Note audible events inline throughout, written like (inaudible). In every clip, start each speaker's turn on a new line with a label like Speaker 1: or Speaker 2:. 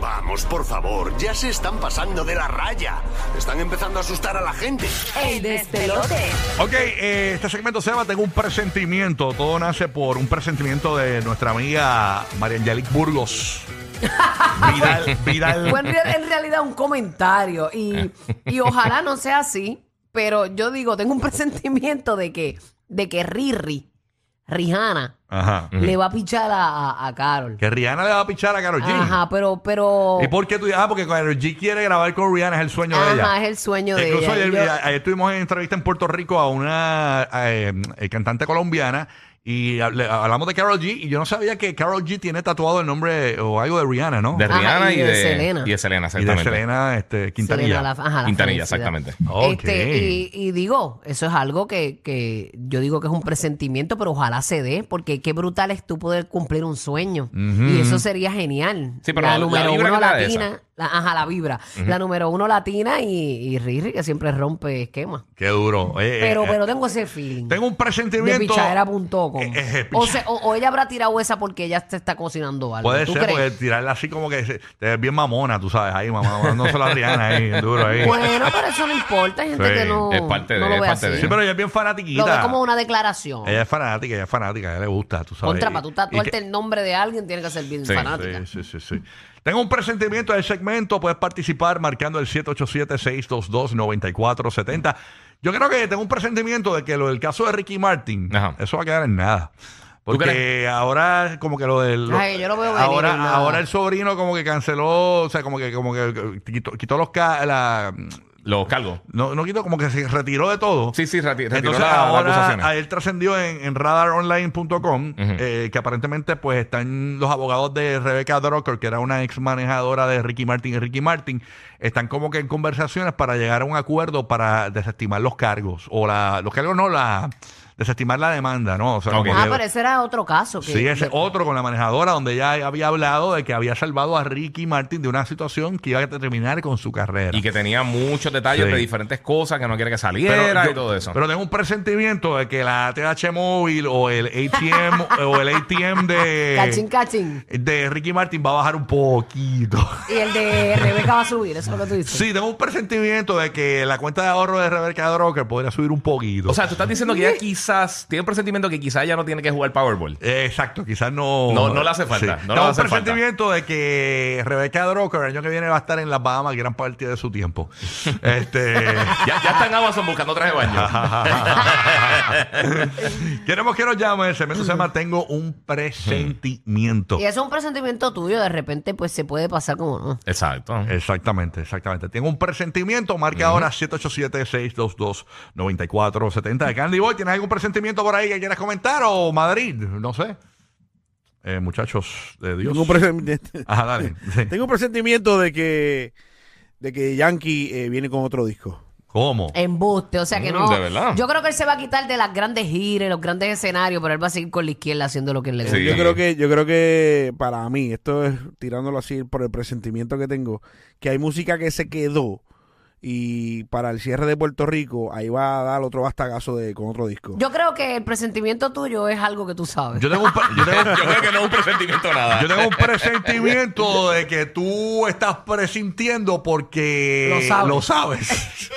Speaker 1: Vamos, por favor, ya se están pasando de la raya. Están empezando a asustar a la gente.
Speaker 2: Ok, eh, este segmento se llama Tengo un presentimiento. Todo nace por un presentimiento de nuestra amiga María Angelic
Speaker 3: (laughs)
Speaker 2: Burgos. Vidal, Vidal.
Speaker 3: Fue en, real- en realidad un comentario y,
Speaker 2: (laughs)
Speaker 3: y ojalá no sea así, pero yo digo, tengo un presentimiento de que, de que Riri, Rihanna,
Speaker 2: Ajá.
Speaker 3: le va a pichar a, a- a Carol.
Speaker 2: Que Rihanna le va a pichar a Karol G.
Speaker 3: Ajá, pero, pero...
Speaker 2: ¿Y por qué tú dices? Ah, porque Karol G quiere grabar con Rihanna, es el sueño de ella.
Speaker 3: Ajá, es el sueño de ella.
Speaker 2: Incluso ayer,
Speaker 3: Y yo-
Speaker 2: ayer tuvimos en entrevista en Puerto Rico a una eh, eh, cantante colombiana y hable- hablamos de Carol G y yo no sabía que Carol G tiene tatuado el nombre o algo de Rihanna, ¿no?
Speaker 4: De
Speaker 3: Ajá,
Speaker 4: Rihanna
Speaker 3: y
Speaker 4: y,
Speaker 3: de
Speaker 4: de,
Speaker 3: Selena.
Speaker 4: Y de Selena,
Speaker 2: y de
Speaker 4: exactamente.
Speaker 2: Selena este, Quintanilla.
Speaker 3: Selena, la- ajá, la
Speaker 4: Quintanilla,
Speaker 3: felicidad.
Speaker 4: exactamente.
Speaker 3: Este, y, y digo, eso es algo que, que yo digo que es un presentimiento, pero ojalá se dé, porque qué brutal es tú poder cumplir un sueño. Y eso sería genial.
Speaker 4: Sí, pero
Speaker 3: la,
Speaker 4: la- la
Speaker 3: número
Speaker 4: vibra
Speaker 3: uno
Speaker 4: que te da
Speaker 3: latina,
Speaker 4: esa.
Speaker 3: la, ajá, la vibra. La número uno latina y, y Riri, que siempre rompe esquema.
Speaker 4: Eh,
Speaker 2: Qué duro. Oye,
Speaker 3: Pero,
Speaker 2: eh,
Speaker 3: pero tengo ese feeling.
Speaker 2: Tengo un
Speaker 3: de pues,
Speaker 2: presentimiento.
Speaker 3: pichadera.com.
Speaker 2: Eh, eh,
Speaker 3: o,
Speaker 2: picha-
Speaker 3: se- o- o ella habrá tirado esa porque ella se está cocinando algo.
Speaker 2: Puede
Speaker 3: ¿Tú
Speaker 2: ser,
Speaker 3: crees?
Speaker 2: porque tirarla así como que se- te ves bien mamona, tú sabes, ahí mamá, no la Rihanna ahí, (laughs) duro ahí.
Speaker 3: Bueno, pero eso no importa. Hay gente
Speaker 2: Sí,
Speaker 3: que no,
Speaker 4: es parte de-
Speaker 3: no lo
Speaker 4: es
Speaker 3: ve
Speaker 4: parte
Speaker 3: así.
Speaker 4: de-
Speaker 2: Sí, pero ella es bien
Speaker 3: Lo ve
Speaker 2: fanatiquita.
Speaker 3: como una declaración.
Speaker 2: Ella es fanática, ella es fanática, a ella le gusta, tú sabes.
Speaker 3: Contra, para tú
Speaker 2: Y- y
Speaker 3: tatuarte
Speaker 2: que-
Speaker 3: el nombre de alguien, tiene que ser bien
Speaker 4: Sí,
Speaker 3: fanática.
Speaker 2: Sí, sí, sí, sí. Tengo un presentimiento del segmento, puedes participar marcando el 787-622-9470. Yo creo que tengo un presentimiento de que lo del caso de Ricky Martin,
Speaker 4: Ajá.
Speaker 2: eso va a quedar en nada. Porque
Speaker 4: crees?
Speaker 2: ahora como que lo del lo-
Speaker 3: Ay, yo lo veo venir
Speaker 2: ahora
Speaker 3: en nada.
Speaker 2: ahora el sobrino como que canceló, o sea, como que como que quitó, quitó los ca- la
Speaker 4: Los cargos.
Speaker 2: no, no quitó, como que se retiró de todo.
Speaker 4: Sí, sí, reti- retiró
Speaker 2: Entonces
Speaker 4: la- las
Speaker 2: ahora
Speaker 4: acusaciones.
Speaker 2: a él trascendió en, en radaronline.com eh, que aparentemente pues están los abogados de Rebecca Drucker, que era una ex manejadora de Ricky Martin y Ricky Martin, están como que en conversaciones para llegar a un acuerdo para desestimar los cargos o la, los cargos no, la desestimar la demanda, ¿no? O sea,
Speaker 4: Ok.
Speaker 2: como
Speaker 3: Ah,
Speaker 2: que-
Speaker 3: pero ese era otro caso. Que,
Speaker 2: Sí, ese otro con la manejadora, donde ya había hablado de que había salvado a Ricky Martin de una situación que iba a terminar con su carrera.
Speaker 4: Y que tenía muchos detalles
Speaker 2: Sí.
Speaker 4: de diferentes cosas que no quiere que
Speaker 2: Pero
Speaker 4: saliera
Speaker 2: yo-
Speaker 4: y todo eso.
Speaker 2: Pero tengo un presentimiento de que la TH móvil o el ATM (laughs) o el ATM
Speaker 3: Cachín,
Speaker 2: de
Speaker 3: cachín.
Speaker 2: de Ricky Martin va a bajar un poquito.
Speaker 3: Y el de Rebeca va a subir, eso es lo que tú dices.
Speaker 2: Sí, tengo un presentimiento de que la cuenta de ahorro de Rebeca Drocker podría subir un poquito.
Speaker 4: o sea, tú estás diciendo que ella quizás, tiene un presentimiento que quizás ella no tiene que jugar Powerball.
Speaker 2: Eh, Exacto, quizás no.
Speaker 4: No, no le hace falta, no le
Speaker 2: Tengo un
Speaker 4: hace falta.
Speaker 2: presentimiento de que Rebeca Drocker el año que viene va a estar en las Bahamas gran parte de su
Speaker 4: (laughs)
Speaker 2: tiempo. este.
Speaker 4: Ya, ya está en Amazon buscando traje de baño.
Speaker 2: (laughs) Queremos que nos llamen. El segmento se llama Tengo un presentimiento.
Speaker 3: Y eso es un presentimiento tuyo, de repente pues se puede pasar como... ¿no?
Speaker 4: Exacto.
Speaker 2: Eh, Exactamente, exactamente. Tengo un presentimiento. Marca ahora 787-622-9470. Candy Boy, ¿tienes algún presentimiento por ahí que quieras comentar? ¿O Madrid? No sé. Eh, muchachos de Dios.
Speaker 5: Tengo
Speaker 2: (laughs)
Speaker 5: un, presentimiento,
Speaker 2: Ajá, dale. Sí.
Speaker 5: (laughs) tengo un presentimiento de que de que Yankee eh, viene con otro disco.
Speaker 2: ¿Cómo?
Speaker 3: Embuste, o sea que
Speaker 4: Mm,
Speaker 3: no.
Speaker 4: de verdad.
Speaker 3: Yo creo que él se va a quitar de las grandes giras, los grandes escenarios, pero él va a seguir con la izquierda haciendo lo que él le gusta.
Speaker 4: Sí.
Speaker 5: Eh, Yo creo que yo creo que para mí esto es tirándolo así por el presentimiento que tengo que hay música que se quedó Y para el cierre de Puerto Rico, ahí va a dar otro bastagazo de, con otro disco.
Speaker 3: Yo creo que el presentimiento tuyo es algo que tú sabes.
Speaker 2: Yo tengo un, pre- yo tengo-
Speaker 4: Yo creo que no es un presentimiento nada.
Speaker 2: yo tengo un presentimiento de que tú estás presintiendo porque
Speaker 3: Lo sabes.
Speaker 2: sabes.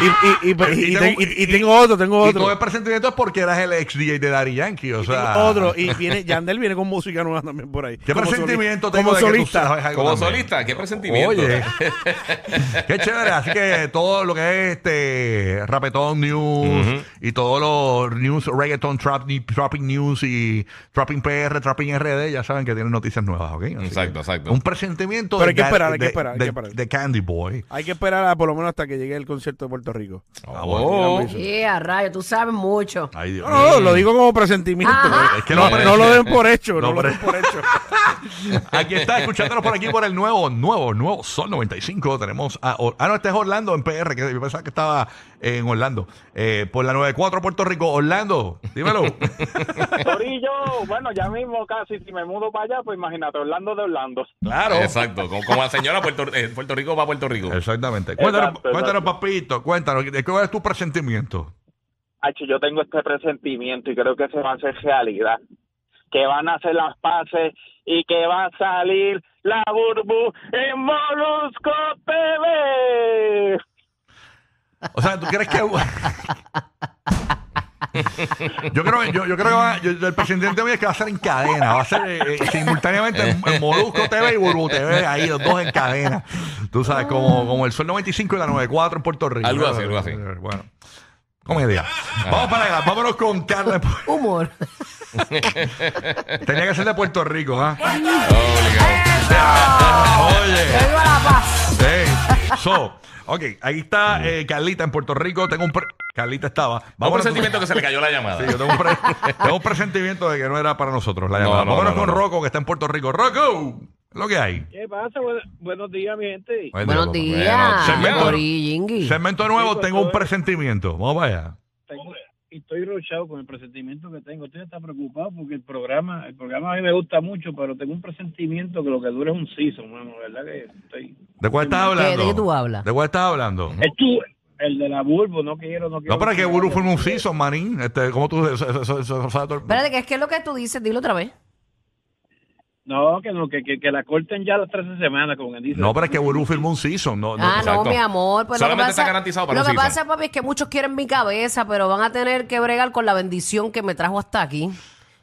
Speaker 5: Y, y- y- y-
Speaker 2: Y
Speaker 5: y-
Speaker 2: tengo-
Speaker 5: y- y tengo otro, tengo
Speaker 2: Y todo
Speaker 5: otro.
Speaker 2: el presentimiento es porque eras el ex DJ de Daddy Yankee. O
Speaker 5: Y tengo
Speaker 2: sea,
Speaker 5: otro. Y viene, Yandel viene con música nueva también por ahí.
Speaker 2: ¿Qué
Speaker 5: Como
Speaker 2: presentimiento
Speaker 5: soli-
Speaker 2: tengo
Speaker 5: como
Speaker 2: de que tú
Speaker 5: solista.
Speaker 2: sabes algo
Speaker 4: Como
Speaker 2: también?
Speaker 4: solista, qué presentimiento. (laughs)
Speaker 2: Oye, qué chévere. Así que todo lo que es este Rapetón News y todos los news, reggaeton, trap, trapping news y trapping PR, trapping RD, ya saben que tienen noticias nuevas, ¿ok? Así que
Speaker 4: Exacto, exacto.
Speaker 2: Un presentimiento
Speaker 5: Pero
Speaker 2: de,
Speaker 5: hay que
Speaker 2: Gar-
Speaker 5: esperar, hay que
Speaker 2: de-
Speaker 5: esperar, hay
Speaker 2: de-
Speaker 5: que esperar.
Speaker 2: de Candy Boy.
Speaker 5: Hay que esperar a- por lo menos hasta que llegue el concierto de Puerto Rico.
Speaker 4: Oh.
Speaker 3: Yeah, rayo, tú sabes mucho.
Speaker 2: Ay, Dios
Speaker 5: No,
Speaker 2: mío.
Speaker 5: no, lo digo como presentimiento.
Speaker 3: Ajá.
Speaker 2: Es que
Speaker 5: no,
Speaker 2: lo-
Speaker 5: no lo den por hecho.
Speaker 2: No,
Speaker 5: No, lo
Speaker 2: pero-
Speaker 5: den
Speaker 2: (laughs)
Speaker 5: por hecho.
Speaker 2: Aquí está, escuchándonos por aquí por el nuevo, nuevo, nuevo Sol 95. Tenemos a. Or- Ah, no, este es Orlando en PR, que yo pensaba que estaba en Orlando. Eh, por la 94 Puerto Rico. Orlando, dímelo.
Speaker 6: Corillo, bueno, ya mismo casi si me mudo para allá, pues imagínate, Orlando de Orlando.
Speaker 4: Claro. Exacto. Como, como la señora Puerto, eh, Puerto Rico va a Puerto Rico.
Speaker 2: Exactamente. Cuéntanos,
Speaker 6: Exacto,
Speaker 2: cuéntanos papito, cuéntanos, ¿de ¿cuál es tu presentimiento?
Speaker 6: Hacho, yo tengo este presentimiento y creo que se va a hacer realidad. Que van a hacer las paces y que va a salir la burbu en Molusco TV.
Speaker 2: O sea, ¿tú crees que.? (laughs) Yo creo, yo, yo creo que va- yo- el presidente mío es que va a ser en cadena, va a ser eh, eh, simultáneamente en, en Molusco TV y Burbu TV, ahí los dos en cadena. Tú sabes, como, como el Sol 95 y la 94 en Puerto Rico. Eh,
Speaker 4: Algo así, algo así.
Speaker 2: Bueno, comedia. Vamos para allá, vámonos con Carla.
Speaker 3: Humor.
Speaker 2: Tenía que ser de Puerto Rico, ¿ah?
Speaker 4: Oh,
Speaker 2: Oye.
Speaker 3: Vengo a la paz.
Speaker 2: Sí. So, ok, ahí está eh, Carlita en Puerto Rico. Tengo un. pre- Carlita estaba.
Speaker 4: Un
Speaker 2: Vámonos-
Speaker 4: presentimiento que se le cayó la llamada.
Speaker 2: Sí, yo tengo un, pre- (laughs) tengo un presentimiento de que no era para nosotros la
Speaker 4: No,
Speaker 2: llamada.
Speaker 4: no,
Speaker 2: Vámonos
Speaker 4: no,
Speaker 2: con
Speaker 4: no.
Speaker 2: Rocco, que está en Puerto Rico. ¡Rocco! Lo que hay.
Speaker 6: ¿Qué pasa? Buenos días, mi gente.
Speaker 2: Ay,
Speaker 3: Buenos
Speaker 2: Dios,
Speaker 3: días. pues,
Speaker 2: Segmento-
Speaker 3: Corillo, Yingui.
Speaker 2: Segmento nuevo,
Speaker 6: Chicos,
Speaker 2: tengo un
Speaker 3: pues.
Speaker 6: todo-
Speaker 2: presentimiento. Vamos para allá.
Speaker 6: estoy rochado con el presentimiento que tengo. Estoy hasta preocupado porque el programa, el programa a mí me gusta mucho, pero tengo un presentimiento que lo que dura es un season, bueno, verdad que estoy...
Speaker 2: ¿De cuál estás
Speaker 3: ¿De-
Speaker 2: hablando?
Speaker 3: de qué tú hablas?
Speaker 2: ¿De cuál estás hablando?
Speaker 6: Es tú, el de la Bulbo, no quiero, no quiero.
Speaker 2: No, pero es que Buru fue un season, manín. Este, ¿Cómo tú...? Eso, eso- eso- eso- eso-
Speaker 3: Espérate, que es que lo que tú dices, dilo otra vez.
Speaker 6: No, que, no que, que, que la corten ya las 13 semanas, como que dice.
Speaker 2: no, pero es que Buru firmó un season. No, no,
Speaker 3: ah,
Speaker 2: exacto.
Speaker 3: no, mi amor. Pues lo que
Speaker 4: Oh, Solamente
Speaker 3: pasa,
Speaker 4: está garantizado para
Speaker 3: Lo
Speaker 4: un
Speaker 3: que
Speaker 4: season.
Speaker 3: pasa, papi, es que muchos quieren mi cabeza, pero van a tener que bregar con la bendición que me trajo hasta aquí.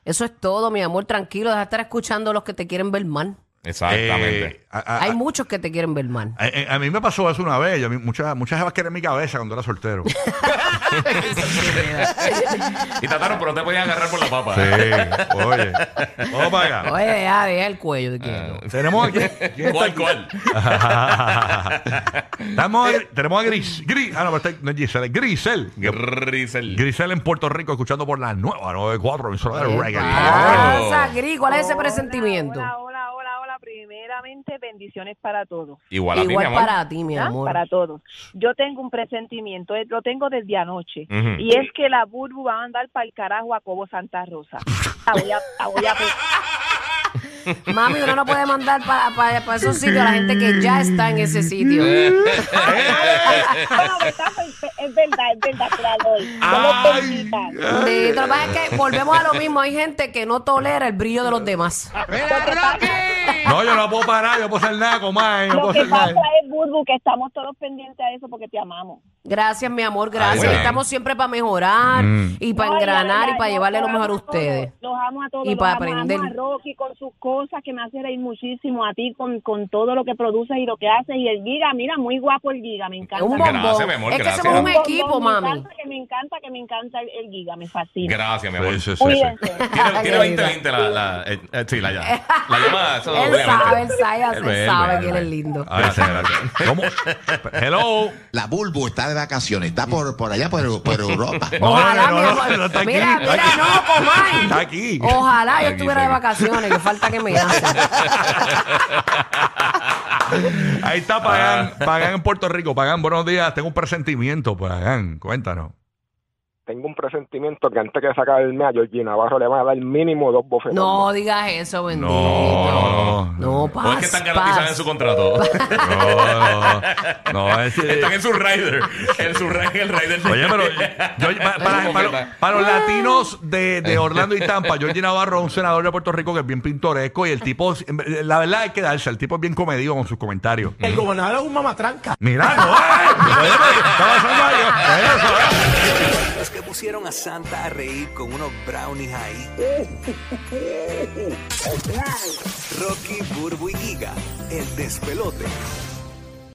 Speaker 3: Eso es todo, mi amor. Tranquilo, deja de estar escuchando a los que te quieren ver mal.
Speaker 4: Exactamente.
Speaker 2: Eh, a- a-
Speaker 4: ah.
Speaker 3: Hay muchos que te quieren ver mal.
Speaker 2: A, eh, a- a mí me pasó eso una vez. Yo, a mí- muchas muchas jevas querían mi cabeza cuando era
Speaker 4: (laughs)
Speaker 2: soltero. Sí.
Speaker 4: Y trataron, pero no te podían agarrar por la papa.
Speaker 2: Oye. Vamos para
Speaker 4: Ah.
Speaker 2: acá.
Speaker 3: Oye, deja, deja el cuello. de que-
Speaker 2: Tenemos aquí.
Speaker 4: ¿Cuál, cuál?
Speaker 2: Estamos a- tenemos a Gris. Gris. Ah, no, pero está, no es Giselle. es Grisel.
Speaker 4: Grisel.
Speaker 2: Grisel en Puerto Rico escuchando por la nueva 94 emisora de
Speaker 3: ¿Qué
Speaker 2: reggaeton.
Speaker 4: Ah. Oh.
Speaker 3: pasa, Gris? ¿Cuál es ese
Speaker 7: Hola,
Speaker 3: presentimiento?
Speaker 7: Hola, hola, hola, hola. Primeramente, bendiciones para todos.
Speaker 4: Igual a ti, mi
Speaker 3: Igual
Speaker 4: amor.
Speaker 3: para ti, mi
Speaker 7: ¿ah?
Speaker 3: amor.
Speaker 7: Para todos. Yo tengo un presentimiento, eh, lo tengo desde anoche.
Speaker 4: Ujú.
Speaker 7: Y es que la Burbu va a andar para el carajo a Cobo Santa Rosa. La voy a, la voy a
Speaker 2: (laughs)
Speaker 7: pe-
Speaker 3: Mami, uno no puede mandar para esos sitios a la gente que ya está en ese sitio.
Speaker 4: Eh.
Speaker 7: Bueno, ¿verdad? Pues, es- Es verdad, es verdad, te la doy. No lo permitas.
Speaker 3: Sí, lo que pasa es que volvemos a
Speaker 4: (laughs)
Speaker 3: lo mismo. Hay gente que no tolera el brillo de los demás.
Speaker 2: No, yo no puedo parar, yo no puedo hacer nada con más. Yo no
Speaker 7: Lo
Speaker 2: puedo
Speaker 7: que
Speaker 2: hacer
Speaker 7: pasa
Speaker 2: nada.
Speaker 7: es, Burbu, que estamos todos pendientes a eso porque te amamos.
Speaker 3: Gracias, mi amor,
Speaker 4: Ay, Mm.
Speaker 3: gracias.
Speaker 4: bueno.
Speaker 3: Estamos siempre para mejorar y para
Speaker 7: No, y la
Speaker 3: engranar y
Speaker 7: verdad,
Speaker 3: para
Speaker 7: yo
Speaker 3: llevarle lo
Speaker 7: los
Speaker 3: mejor a
Speaker 7: amo todos,
Speaker 3: ustedes.
Speaker 7: Los amo a todos.
Speaker 3: Y
Speaker 7: los
Speaker 3: para
Speaker 7: amo, amo
Speaker 3: aprender.
Speaker 7: a Rocky con sus cosas que me hace reír muchísimo. A ti con, con todo lo que produces y lo que haces. Y el Giga, mira, muy guapo el Giga. Me encanta.
Speaker 3: Un
Speaker 4: Gracias,
Speaker 3: bombón.
Speaker 4: mi amor,
Speaker 3: es que
Speaker 4: gracias.
Speaker 3: somos un
Speaker 7: bombón,
Speaker 3: equipo,
Speaker 7: me
Speaker 3: mami.
Speaker 7: encanta, que me encanta, que me encanta el, el Giga. Me fascina.
Speaker 4: Gracias, mi amor.
Speaker 2: Sí, sí, sí, sí.
Speaker 7: Cuídense.
Speaker 3: (laughs)
Speaker 4: Tiene, tiene
Speaker 3: Qué
Speaker 4: 20,
Speaker 3: linda.
Speaker 4: 20 la, la, eh, eh, sí, la llama. La llamada, eso
Speaker 3: Él
Speaker 4: obviamente.
Speaker 3: sabe, él sabe, él
Speaker 4: ve, él
Speaker 3: sabe
Speaker 4: ve,
Speaker 3: que
Speaker 4: él
Speaker 3: él
Speaker 4: ve.
Speaker 3: es lindo.
Speaker 2: Gracias, gracias. ¿Cómo?
Speaker 4: Oh,
Speaker 2: Hello.
Speaker 8: La Bulbo está de vacaciones, está por, por allá, por, por Europa.
Speaker 3: Ojalá,
Speaker 2: no,
Speaker 3: mi
Speaker 2: no,
Speaker 3: amor.
Speaker 2: no, está aquí,
Speaker 3: mira,
Speaker 2: está
Speaker 3: mira,
Speaker 2: aquí.
Speaker 3: no,
Speaker 4: (laughs)
Speaker 3: Comay.
Speaker 2: Está aquí.
Speaker 3: Ojalá yo
Speaker 4: Está aquí,
Speaker 3: estuviera de
Speaker 4: está aquí.
Speaker 3: vacaciones, que falta que
Speaker 4: (laughs)
Speaker 3: me hace.
Speaker 2: Ahí está Ah. Pagán. Pagán en Puerto Rico. Pagán, buenos días. Tengo un presentimiento, Pagán. Cuéntanos.
Speaker 9: tengo un presentimiento que antes que sacarme a Georgina Navarro le van a dar mínimo dos bofetadas.
Speaker 3: No digas eso, bendito.
Speaker 2: No,
Speaker 3: no,
Speaker 4: O es que están garantizadas en su contrato.
Speaker 3: (laughs)
Speaker 2: No, no, no, es-
Speaker 4: Están en su rider. En su rider. El rider de-
Speaker 2: Oye, pero yo- pa- Ah. para, para- para los latinos de, de Orlando y Tampa, Georgie Navarro es un senador de Puerto Rico que es bien pintoresco y el tipo, la verdad hay que darse, el tipo es bien comedido con sus comentarios.
Speaker 10: El gobernador es un mamatranca.
Speaker 2: (laughs) Mira, no, eh. Oye, pero, ¿qué pasó, Mario? Eso, eh.
Speaker 11: Los que pusieron a Santa a reír con unos brownies ahí. Rocky, Burbu y Giga, el despelote.